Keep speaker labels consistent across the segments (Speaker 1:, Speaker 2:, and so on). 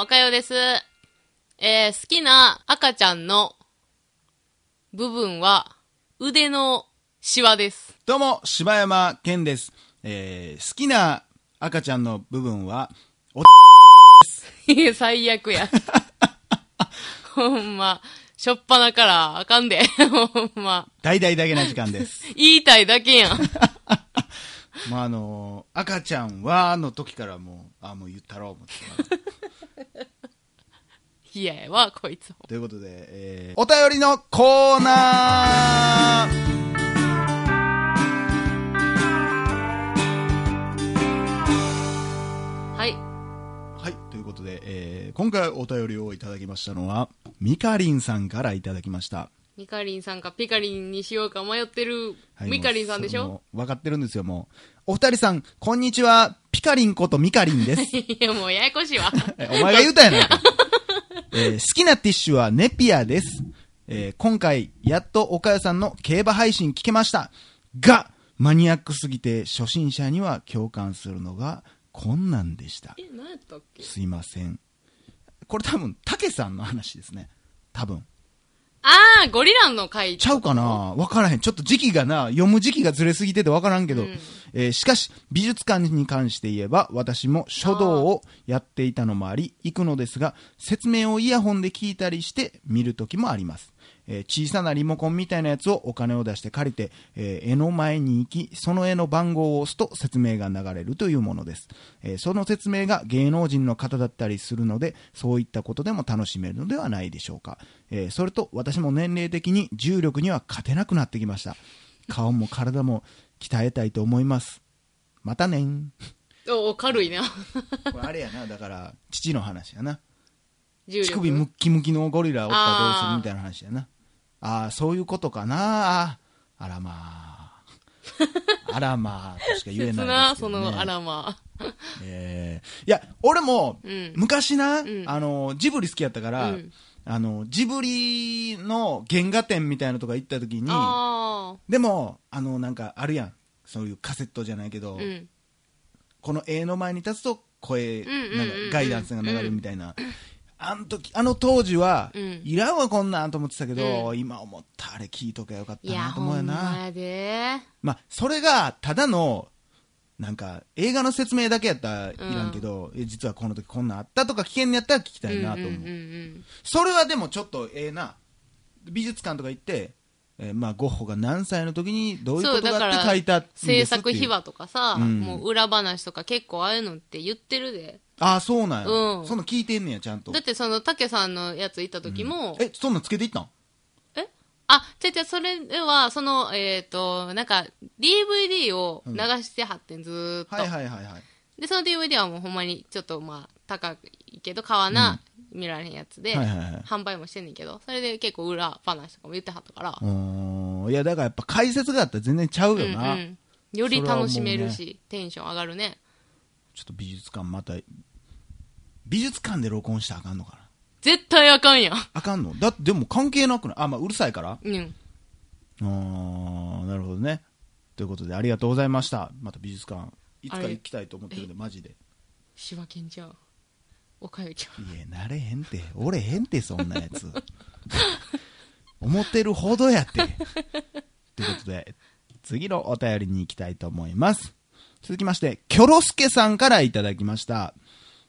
Speaker 1: おかようです。えー、好きな赤ちゃんの部分は腕のシワです。
Speaker 2: どうも、柴山健です。えー、好きな赤ちゃんの部分は、
Speaker 1: いや最悪 や。ほんま、しょっぱなからあかんで。 ほんま、
Speaker 2: 大々だけな時 間です。
Speaker 1: 言いたいだけ やん。
Speaker 2: まあ、あのー赤ちゃんはの時からもう、あ、もう言ったろう思って。
Speaker 1: 嫌やわ、こいつ。
Speaker 2: ということで、えー、お便りのコーナー
Speaker 1: はい。
Speaker 2: はい、ということで、えー、今回お便りをいただきましたのは、ミカリンさんからいただきました。
Speaker 1: ミカリンさんかピカリンにしようか迷ってる、
Speaker 2: はい
Speaker 1: ミカリンさんでしょ
Speaker 2: もう分かってるんですよ、もう。お二人さん、こんにちは。ピカリンことミカリンです。
Speaker 1: いや、もうややこしい わ。
Speaker 2: えお前が言うたやな いか。えー好きなティッシュはネピアです。えー今回、やっと岡谷さんの競馬配信聞けました。が、マニアックすぎて初心者には共感するのが困難でした。
Speaker 1: え、何やったっけ
Speaker 2: すいません。これ多分、タケさんの話ですね。多分。
Speaker 1: あー、ゴリラの回。
Speaker 2: ちゃうかなわからへん。ちょっと時期がな、読む時期がずれすぎててわからんけど、
Speaker 1: うん
Speaker 2: えーしかし、美術館に関して言えば、私も書道をやっていたのもあり、行くのですが、説明をイヤホンで聞いたりして見る時もあります。えー小さなリモコンみたいなやつをお金を出して借りて、えー絵の前に行き、その絵の番号を押すと説明が流れるというものです。えーその説明が芸能人の方だったりするので、そういったことでも楽しめるのではないでしょうか。えーそれと、私も年齢的に重力には勝てなくなってきました。顔も体も鍛えたいと思います。またねん。
Speaker 1: お、お軽いな。
Speaker 2: これあれやな、だから、父の話やな。
Speaker 1: 重
Speaker 2: 乳
Speaker 1: 力。
Speaker 2: 首ムッキムキのゴリラおったらどうするみたいな話やな。ああー、そういうことかな。あら まあ。あらまあ、としか言え
Speaker 1: 切
Speaker 2: ないで
Speaker 1: な、
Speaker 2: すけ
Speaker 1: そ
Speaker 2: ど、ね。
Speaker 1: の、あらま
Speaker 2: えーいや、俺も、
Speaker 1: うん
Speaker 2: 昔な、
Speaker 1: ん
Speaker 2: あの、ジブリ好きやったから、
Speaker 1: うん
Speaker 2: あの、ジブリの原画展みたいなとか行った時に、
Speaker 1: あ。あ
Speaker 2: でも、あの、なんかあるやん。そういうカセットじゃないけど、
Speaker 1: あ。うん。
Speaker 2: この絵の前に立つと声、
Speaker 1: んうんうん
Speaker 2: なんかガイダンスが流れるみたいな。あの時、あの当時は、
Speaker 1: うん
Speaker 2: いらんわこんなんと思ってたけど、今思ったらあれ聞いとけばよかっ
Speaker 1: い
Speaker 2: た
Speaker 1: や、
Speaker 2: なと
Speaker 1: ほ
Speaker 2: 思うよ
Speaker 1: んま
Speaker 2: な。
Speaker 1: やで。
Speaker 2: まあ、それが、ただの、なんか、映画の説明だけやったらいらんけど、え実はこの時こんなんあったとか聞けんのやったら聞きたいなと思う。
Speaker 1: うんうんうん
Speaker 2: それはでもちょっとええな。美術館とか行って、えーまあ、ゴッホが何歳の時にどういう
Speaker 1: そ
Speaker 2: こ
Speaker 1: う、
Speaker 2: と
Speaker 1: だか
Speaker 2: があっ
Speaker 1: ら
Speaker 2: て書いたんですっていう
Speaker 1: 制作秘話とかさ、
Speaker 2: うん
Speaker 1: もう裏話とか結構ああいうのって言ってるで。
Speaker 2: ああ、そうなんや。
Speaker 1: うん
Speaker 2: その聞いてんねや、ちゃんと。
Speaker 1: だってその、たけさんのやつ行った時も、
Speaker 2: え、そんなんつけていったん
Speaker 1: えあ、違う違う、それでは、その、えっ、と、なんか、DVD を流してはってん、ずーっと。
Speaker 2: はいはいはいはい。
Speaker 1: で、その DVD はもうほんまに、ちょっとまあ、高いけど、買わな、見られへんやつで、
Speaker 2: はいはいはい
Speaker 1: 販売もしてんねんけど、それで結構裏話とかも言ってはったから、
Speaker 2: うーん。いや、だからやっぱ解説があったら全然ちゃうよな。
Speaker 1: うんうんより楽しめるし、テンション上がるね。
Speaker 2: ちょっと美術館また、美術館で録音したらあかんのかな。
Speaker 1: 絶対あかんやん。
Speaker 2: あかんのだってでも関係なくないあ、まあうるさいから
Speaker 1: うん。
Speaker 2: うーん、なるほどね。ということでありがとうございました。また美術館、いつか行きたいと思ってるんで、マジで。
Speaker 1: 柴犬ちゃん。おかゆちゃん。
Speaker 2: いや、なれへんて。おれへんて、そんなやつ。 思ってるほどやって。ということで、次のお便りに行きたいと思います。続きまして、キョロスケさんからいただきました。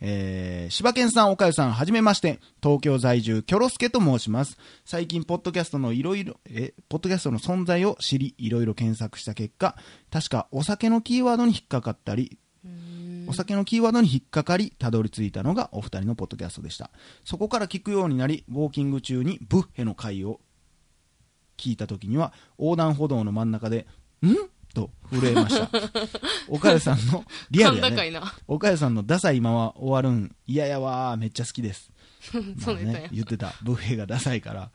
Speaker 2: えー、柴犬さん、おかゆさん、はじめまして。東京在住、キョロスケと申します。最近、ポッドキャストのいろいろ、え、ポッドキャストの存在を知り、いろいろ検索した結果、確かお酒のキーワードに引っかかったり、お酒のキーワードに引っかかり、たどり着いたのがお二人のポッドキャストでした。そこから聞くようになり、ウォーキング中にブッヘの回を聞いた時には、横断歩道の真ん中で、んと震えました。岡谷さんのリアルや
Speaker 1: 甲高い
Speaker 2: ね。
Speaker 1: な。
Speaker 2: 岡谷さんのダサい今は終わるん、嫌やわー、めっちゃ好きです。
Speaker 1: そう
Speaker 2: ま
Speaker 1: だ
Speaker 2: あ
Speaker 1: ったんや
Speaker 2: ね、言ってたブッフェがダサいから、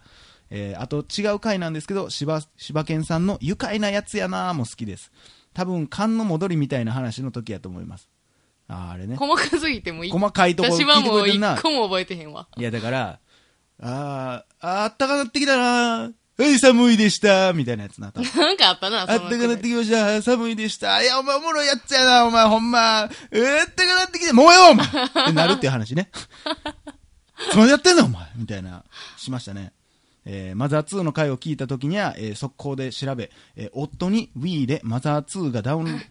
Speaker 2: えーあと違う回なんですけど柴柴犬さんの「愉快なやつやな」も好きです多分勘の戻りみたいな話の時やと思いますあーあれね
Speaker 1: 細かすぎてもうい
Speaker 2: 細かいとこ聞
Speaker 1: 私
Speaker 2: い
Speaker 1: はも
Speaker 2: てく
Speaker 1: う
Speaker 2: れて
Speaker 1: 一
Speaker 2: んな
Speaker 1: 個も覚えてへんわ。
Speaker 2: いやだからあーあーあったかなってきたなはい寒いでしたみたいなやつな多分
Speaker 1: なんかあったな、
Speaker 2: あっ
Speaker 1: そ
Speaker 2: た
Speaker 1: の
Speaker 2: かなってきました。寒いでした。いや、お前おもろいやっちゃな、お前ほんま。あったかなってきて、もうよお前ってなるっていう話ね。つまでやってんのお前みたいな、しましたね。えーマザー2の回を聞いた時には、えー速攻で調べ、えー夫に Wii でマザー2がダウン、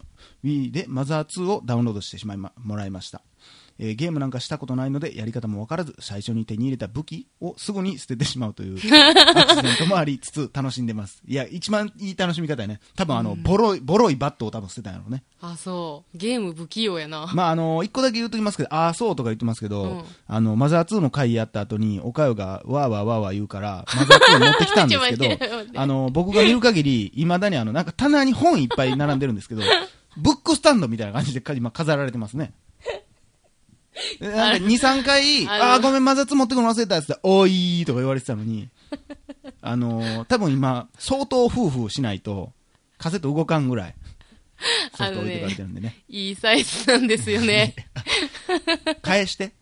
Speaker 2: Wii でマザー2をダウンロードしてしまいま、もらいました。えーゲームなんかしたことないので、やり方もわからず、最初に手に入れた武器をすぐに捨ててしまうという、アクシデントもありつつ、楽しんでます。いや、一番いい楽しみ方やね。多分あの、ボロい、ボロいバットを多分捨てたんやろうね。
Speaker 1: あ、そう。ゲーム不器用や な。
Speaker 2: まあ、あの、一個だけ言うときますけど、ああ、そうとか言ってますけど、
Speaker 1: うん
Speaker 2: あの、マザー2の回やった後に、おかよがわーわーわーわー言うから、マザー2持ってきたんですけ
Speaker 1: ちょ待って
Speaker 2: ど
Speaker 1: 待っ、て
Speaker 2: あの、僕が見る限り、未だにあの、なんか棚に本いっぱい並んでるんです けど、ブックスタンドみたいな感じで今飾られてます ね。でなんか2、3回、
Speaker 1: あの
Speaker 2: ああー、ごめん、マザー2持ってくの忘れたっつって、おーいーとか言われてたの に、あの、多分今、相当夫婦しないと、カセット動かんぐらい、ソフト置いてかれてるんでね
Speaker 1: いいサイズなんですよ ね。
Speaker 2: 返して。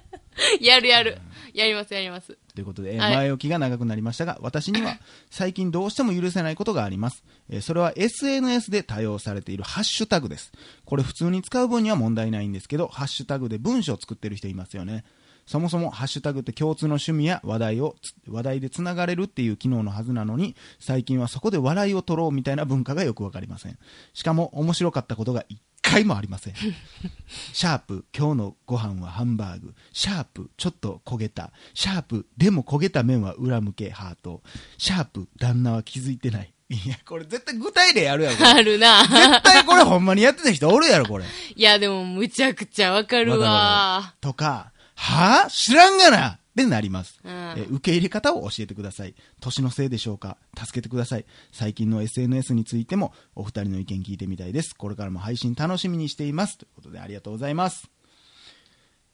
Speaker 1: やるやる。やりますやります。
Speaker 2: ということで、えー
Speaker 1: はい
Speaker 2: 前置きが長くなりましたが、私には最近どうしても許せないことがあります。えーそれは SNS で多用されているハッシュタグです。これ普通に使う分には問題ないんですけど、ハッシュタグで文章を作ってる人いますよね。そもそもハッシュタグって共通の趣味や話題をつ、話題でつながれるっていう機能のはずなのに、最近はそこで笑いを取ろうみたいな文化がよくわかりません。しかも面白かったことが一回もありません。シャープ、今日のご飯はハンバーグ。シャープ、ちょっと焦げた。シャープ、でも焦げた麺は裏向け、ハート。シャープ、旦那は気づいてない。いや、これ絶対具体例やるやろ。これ
Speaker 1: あるな。
Speaker 2: 絶対これほんまにやってた人おるやろ、これ。
Speaker 1: いや、でも、むちゃくちゃわかる
Speaker 2: わ
Speaker 1: わ。
Speaker 2: とか、はぁ、知らんがなってなります、
Speaker 1: うん
Speaker 2: えー受け入れ方を教えてください。年のせいでしょうか助けてください。最近の SNS についてもお二人の意見聞いてみたいです。これからも配信楽しみにしています。ということでありがとうございます。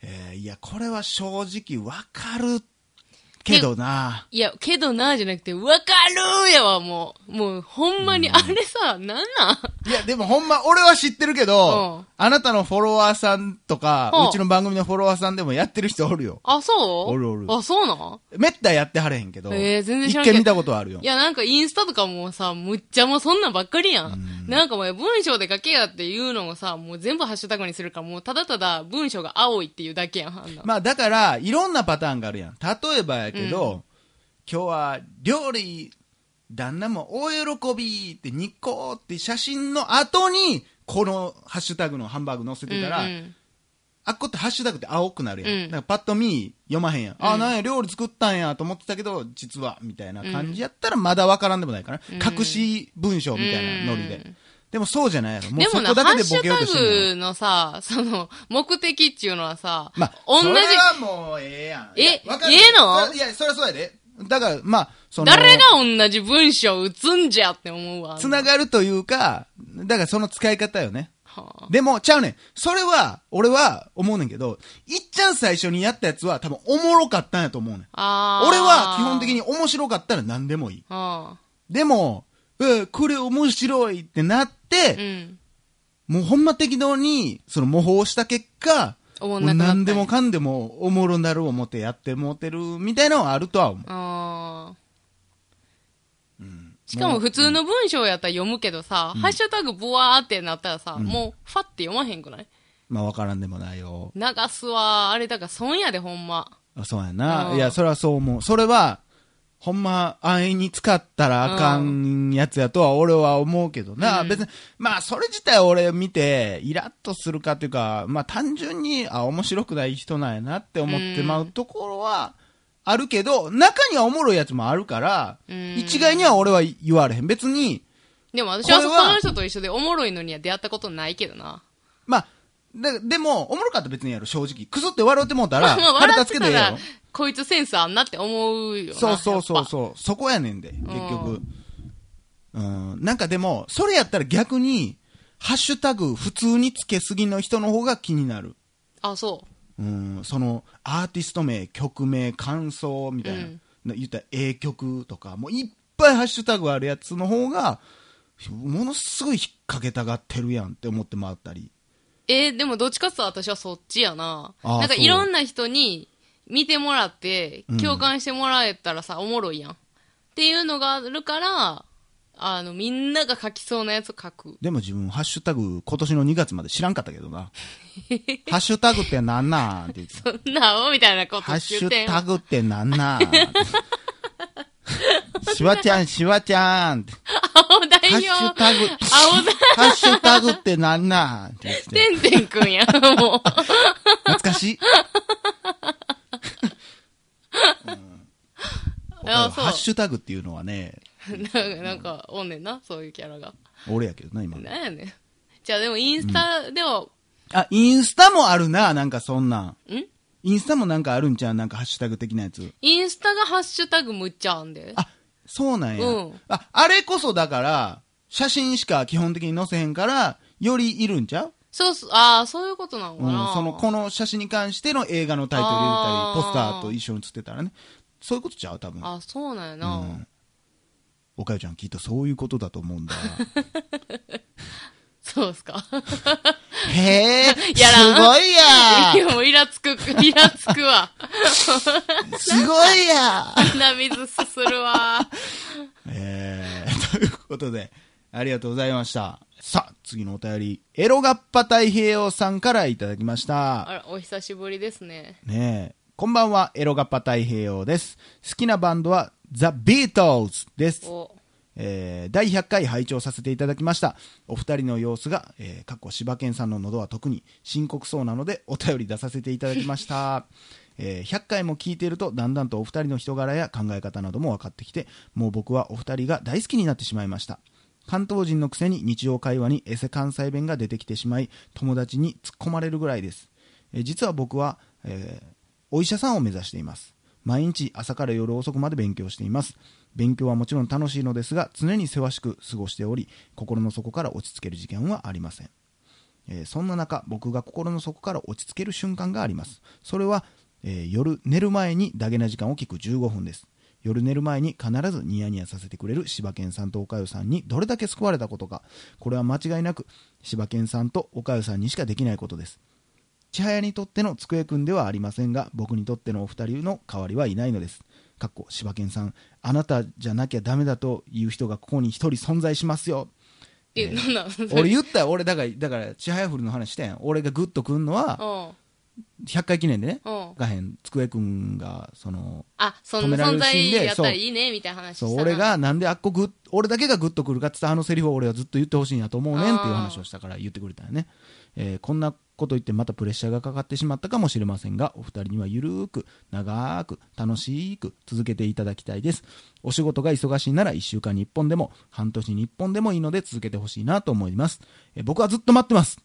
Speaker 2: えーいや、これは正直わかるけどな。
Speaker 1: いや、けどな、じゃなくて、わかるやわ、もう。もう、ほんまに、あれさ、なんなん
Speaker 2: いや、でもほんま俺は知ってるけ
Speaker 1: う
Speaker 2: ど
Speaker 1: ん、
Speaker 2: あなたのフォロワーさんとか
Speaker 1: ほう、
Speaker 2: うちの番組のフォロワーさんでもやってる人おるよ。
Speaker 1: あ、そう
Speaker 2: おるおる
Speaker 1: あ、そうなん
Speaker 2: めったやってはれへんけど、
Speaker 1: えー全然知
Speaker 2: 一
Speaker 1: らんけど
Speaker 2: 回見たことはあるよ
Speaker 1: い。や、なんかインスタとかもさ、むっちゃもうそんなんばっかりやん。なんかもう文章で書けやっていうのもさ、もう全部ハッシュタグにするから、もうただただ文章が青いっていうだけやん、あんな。
Speaker 2: まあだから、いろんなパターンがあるやん。例えばやけど、今日は料理、旦那も大喜びってニコって写真の後に、このハッシュタグのハンバーグ載せてたら、
Speaker 1: うんうん
Speaker 2: あっこってハッシュタグって青くなるやん。
Speaker 1: うん
Speaker 2: なんかパッと見読まへんやん。あ、なんや、料理作ったんやと思ってたけど、実は、みたいな感じやったらまだわからんでもないかな。隠し文章みたいなノリで。でもそうじゃないやろ。もう
Speaker 1: で
Speaker 2: そ
Speaker 1: も
Speaker 2: こ
Speaker 1: な、
Speaker 2: だ
Speaker 1: ハッ
Speaker 2: けで
Speaker 1: シ
Speaker 2: ボ
Speaker 1: ュ
Speaker 2: ケよう
Speaker 1: タ
Speaker 2: としてる
Speaker 1: グのさ、 その、目的っていうのはさ、
Speaker 2: まあ、
Speaker 1: 同じ
Speaker 2: それ、はもうええやん。
Speaker 1: え
Speaker 2: いやわかる
Speaker 1: ええの
Speaker 2: そいや、そりゃそうやで。だから、まあ、その、
Speaker 1: 誰が同じ文章打つんじゃって思うわ。
Speaker 2: つながるというか、だからその使い方よね。
Speaker 1: はあ
Speaker 2: でも、ちゃうねん。それは、俺は思うねんけど、いっちゃん最初にやったやつは多分おもろかったんやと思うねん。
Speaker 1: あー
Speaker 2: 俺は基本的に、面白かったら何でもいい。
Speaker 1: は
Speaker 2: でも、えーこれ面白いってなっ
Speaker 1: あう
Speaker 2: て、
Speaker 1: ん。
Speaker 2: もうほんま適当に、その模倣した結果、
Speaker 1: おもんなくなったんや
Speaker 2: 何でもかんでもおもろなる思ってやってもうてるみたいなのはあるとは思う。
Speaker 1: ああ。しかも普通の文章やったら読むけどさ、ハッシュタグブワーってなったらさ、もうファって読まへんくない
Speaker 2: まあ、わからんでもないよ。
Speaker 1: 流すわー、あれだから損やでほんま。
Speaker 2: あそうやな。
Speaker 1: うん
Speaker 2: いや、それはそう思う。それは、ほんま、安易に使ったらあかんやつやとは俺は思うけどな。別に、まあ、それ自体俺見て、イラッとするかっていうか、まあ、単純に、あ、面白くない人なんやなって思ってまうところは、あるけど、中にはおもろいやつもあるから、
Speaker 1: うん
Speaker 2: 一概には俺は言われへん。別に、
Speaker 1: でも私は
Speaker 2: こ
Speaker 1: そ
Speaker 2: れ
Speaker 1: こ
Speaker 2: は
Speaker 1: の人と一緒でおもろいのには出会ったことないけどな。
Speaker 2: まあ、ででも、おもろかったら別にやろ、正直。クソって笑うてもうた ら、
Speaker 1: まあ
Speaker 2: 腹
Speaker 1: 笑っ
Speaker 2: 立つ
Speaker 1: て
Speaker 2: けどえ
Speaker 1: た
Speaker 2: えやろ
Speaker 1: ら。、こいつセンスあんなって思うよな。
Speaker 2: そうそうそ
Speaker 1: や
Speaker 2: う
Speaker 1: っぱ
Speaker 2: そう。そこやねんで、結局。うん。なんかでも、それやったら逆に、ハッシュタグ普通につけすぎの人の方が気になる。
Speaker 1: あ、そう。
Speaker 2: うん。その、アーティスト名、曲名、感想みたいな。
Speaker 1: うん
Speaker 2: な言ったら、ええ曲とか、もういっぱいハッシュタグあるやつの方が、ものすごい引っ掛けたがってるやんって思ってもらったり。
Speaker 1: えーでもどっちかっつったら私はそっちやな。
Speaker 2: あ
Speaker 1: な
Speaker 2: ー
Speaker 1: んか
Speaker 2: そう
Speaker 1: いろんな人に見てもらって
Speaker 2: うん、
Speaker 1: 共感してもらえたらさ、おもろいやん。っていうのがあるから、あの、みんなが書きそうなやつ書く。
Speaker 2: でも自分、ハッシュタグ、今年の2月まで知らんかったけ どな。ハッシュタグってなんなんって言って
Speaker 1: そんな、アホみたいなこと
Speaker 2: ハッシ
Speaker 1: 言って
Speaker 2: ュ
Speaker 1: ん
Speaker 2: タグってな んなんってしわちゃん、しわち ゃんって。
Speaker 1: 青だ
Speaker 2: ハ
Speaker 1: よ。
Speaker 2: ッシュタグ、
Speaker 1: 青だ。
Speaker 2: ハッシュタグってなんなんって言 ってて
Speaker 1: てんてんくんや、もう。
Speaker 2: 懐かしい。うん
Speaker 1: あそう
Speaker 2: ハッシュタグっていうのはね、
Speaker 1: なんか、なんか、おんねんな、そういうキャラが。
Speaker 2: 俺やけどな、今。
Speaker 1: なんやねん。じゃあでもインスタでは、
Speaker 2: あ、インスタもあるな、なんかそんなん。
Speaker 1: ん
Speaker 2: インスタもなんかあるんちゃうなんかハッシュタグ的なやつ。
Speaker 1: インスタがハッシュタグむっちゃあんで。
Speaker 2: あ、そうなんや。
Speaker 1: うん
Speaker 2: あ、あれこそだから、写真しか基本的に載せへんから、よりいるんちゃう
Speaker 1: そうそう、ああ、そういうことなのか
Speaker 2: うん
Speaker 1: な。、
Speaker 2: その、この写真に関しての映画のタイトル入れ
Speaker 1: あ
Speaker 2: た
Speaker 1: ー
Speaker 2: り、ポスターと一緒に写ってたらね。そういうことちゃう多分。
Speaker 1: あ、そうなんや
Speaker 2: う
Speaker 1: な。
Speaker 2: ん。おかゆちゃんきっとそういうことだ と思うんだ。
Speaker 1: そうっす か。
Speaker 2: へえ、
Speaker 1: やらん
Speaker 2: すごい
Speaker 1: いや、
Speaker 2: や
Speaker 1: もうイラつく、イラつくわ。
Speaker 2: すごいや
Speaker 1: 鼻水すする わ。
Speaker 2: えー、ということで、ありがとうございました。さあ、次のお便り、エロガッパ太平洋さんからいただきました。
Speaker 1: あら、お久しぶりですね。
Speaker 2: ねえ。こんばんは、エロガッパ太平洋です。好きなバンドは、ザ・ビートルズです。
Speaker 1: お、
Speaker 2: えー第100回拝聴させていただきました。お二人の様子が、えー、かっこ柴犬さんの喉は特に深刻そうなのでお便り出させていただきました。 えー100回も聞いているとだんだんとお二人の人柄や考え方なども分かってきて、もう僕はお二人が大好きになってしまいました。関東人のくせに日常会話にエセ関西弁が出てきてしまい、友達に突っ込まれるぐらいです。えー実は僕は、えーお医者さんを目指しています。毎日朝から夜遅くまで勉強しています。勉強はもちろん楽しいのですが、常にせわしく過ごしており、心の底から落ち着ける時間はありません。えーそんな中、僕が心の底から落ち着ける瞬間があります。それは、えー夜寝る前にダゲな時間を聞く15分です。夜寝る前に必ずニヤニヤさせてくれる柴犬さんとおかゆさんにどれだけ救われたことか。これは間違いなく柴犬さんとおかゆさんにしかできないことです。千早にとっての机くんではありませんが僕にとってのお二人の代わりはいないのですかっこ柴犬さんあなたじゃなきゃダメだという人がここに一人存在しますよ
Speaker 1: え、なんなんそれ
Speaker 2: 俺言ったよ俺だからだから千早フルの話してん俺がグッとくんのは
Speaker 1: うん。
Speaker 2: 100回記念でね
Speaker 1: うん
Speaker 2: がへん机くんがその
Speaker 1: あ、そ
Speaker 2: 止め
Speaker 1: ん
Speaker 2: ら
Speaker 1: な
Speaker 2: れ
Speaker 1: 存
Speaker 2: るシーン
Speaker 1: 在
Speaker 2: で
Speaker 1: やったらいいね、みたいな話した
Speaker 2: そ
Speaker 1: な
Speaker 2: う俺、がなんであっこグッ俺だけがグッとくるかっつったらあのセリフを俺はずっと言ってほしいんやと思うねんっていう話をしたから言ってくれたよね、えーこんなこと言ってまたプレッシャーがかかってしまったかもしれませんがお二人にはゆるーく長ーく楽しーく続けていただきたいですお仕事が忙しいなら1週間に1本でも半年に1本でもいいので続けてほしいなと思います、えー僕はずっと待ってます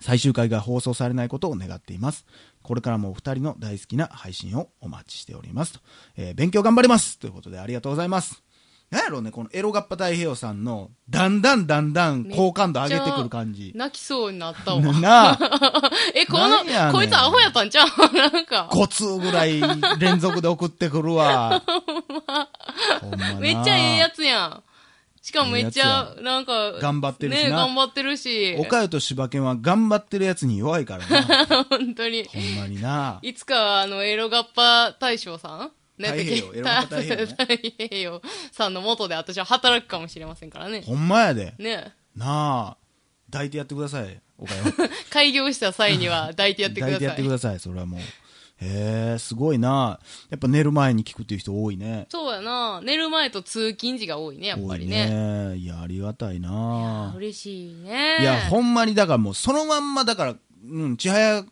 Speaker 2: 最終回が放送されないことを願っています。これからもお二人の大好きな配信をお待ちしておりますと。えー勉強頑張りますということでありがとうございます。なんやろうね、このエロガッパ太平洋さんの、だんだんだんだん好感度上げてくる 感じ。
Speaker 1: 泣きそうになったわ。
Speaker 2: なあ、
Speaker 1: え、この
Speaker 2: なんやねん、
Speaker 1: こいつアホやったんちゃう なんか、
Speaker 2: 5通ぐらい連続で送ってくるわ。ほんまな
Speaker 1: めっちゃええやつやん。しかもめっち
Speaker 2: ええや
Speaker 1: ゃ、なんか、
Speaker 2: 頑張ってるし
Speaker 1: ね、
Speaker 2: な
Speaker 1: 頑張ってるし。
Speaker 2: おかゆと柴犬は頑張ってるやつに弱いからな。
Speaker 1: 本当に
Speaker 2: ほ。んまにな。
Speaker 1: いつかは、あの、エロガッパ大将さんね
Speaker 2: 太平洋エロガッパ太平洋ね
Speaker 1: 太平洋さんの元で私は働くかもしれませんからね。
Speaker 2: ほんまやで。
Speaker 1: ね。
Speaker 2: なあ、抱いてやってください、おかゆ。
Speaker 1: 開業した際に は抱いてやってくだ
Speaker 2: 抱いてや
Speaker 1: さ
Speaker 2: って
Speaker 1: い
Speaker 2: く。ださい、それはもう。へえ、すごいな。やっぱ寝る前に聞くっていう人多いね。
Speaker 1: そうやな。寝る前と通勤時が多いね、やっ
Speaker 2: 多
Speaker 1: ぱ
Speaker 2: い
Speaker 1: りね。
Speaker 2: ね。いや、ありがたい
Speaker 1: あ
Speaker 2: な。
Speaker 1: 嬉しいね。
Speaker 2: いや、ほんまにだからもうそのまんまだから、うん、ちはや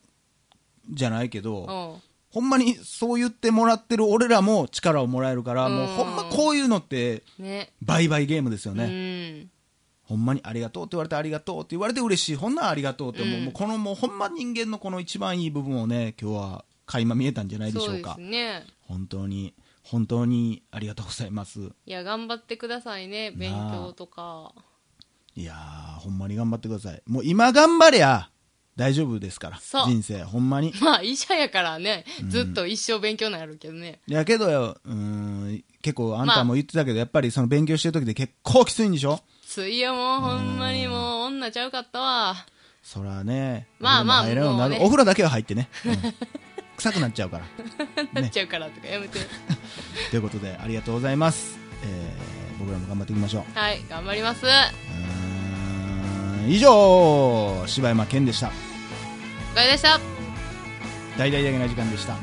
Speaker 2: じゃないけど、
Speaker 1: うん。
Speaker 2: ほんまにそう言ってもらってる俺らも力をもらえるから、
Speaker 1: うん
Speaker 2: もうほんまこういうのって、
Speaker 1: ね。
Speaker 2: バイバイゲームですよね。
Speaker 1: うん。
Speaker 2: ほんまにありがとうって言われてありがとうって言われて嬉しい。ほんなんありがとうって思う。
Speaker 1: うん
Speaker 2: もうこのもうほんま人間のこの一番いい部分をね、今日は垣間見えたんじゃないでし
Speaker 1: そ
Speaker 2: ょ
Speaker 1: う
Speaker 2: う
Speaker 1: で
Speaker 2: か
Speaker 1: す。ね。
Speaker 2: 本当に本当にありがとうございます
Speaker 1: いや、頑張ってくださいね。勉強とか。
Speaker 2: いやーほんまに頑張ってくださいもう今頑張りゃ大丈夫ですから
Speaker 1: そう
Speaker 2: 人生ほんまに
Speaker 1: まあ、医者やからね、ずっと一生勉強なんやろうけどね。
Speaker 2: いやけどようーん結構あん
Speaker 1: ま
Speaker 2: た
Speaker 1: あ
Speaker 2: も言ってたけど、やっぱりその勉強してる時で結構きついんでしょ
Speaker 1: ついよ、もう、ほんまにもう、女ちゃうかったわ。
Speaker 2: そらね
Speaker 1: まあまあ
Speaker 2: お風呂も入れるようになる
Speaker 1: もうね
Speaker 2: お風呂だけは入ってね、うん臭くなっちゃうから
Speaker 1: なっちゃうからとかやめて。
Speaker 2: ということでありがとうございます、え僕らも頑張っていきましょう
Speaker 1: はい、頑張ります。
Speaker 2: うーん以上柴山健でした
Speaker 1: お疲れでした。
Speaker 2: 大々的な時間でした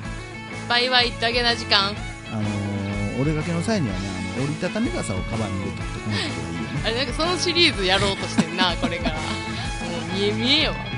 Speaker 1: バイバイだけな時間。
Speaker 2: あのー、折れがけの際にはねあの折りたたみ傘をカバンに入れとくってこの時がいいよね
Speaker 1: あれ、なんかそのシリーズやろうとしてんな、これから。もう見え見えよ。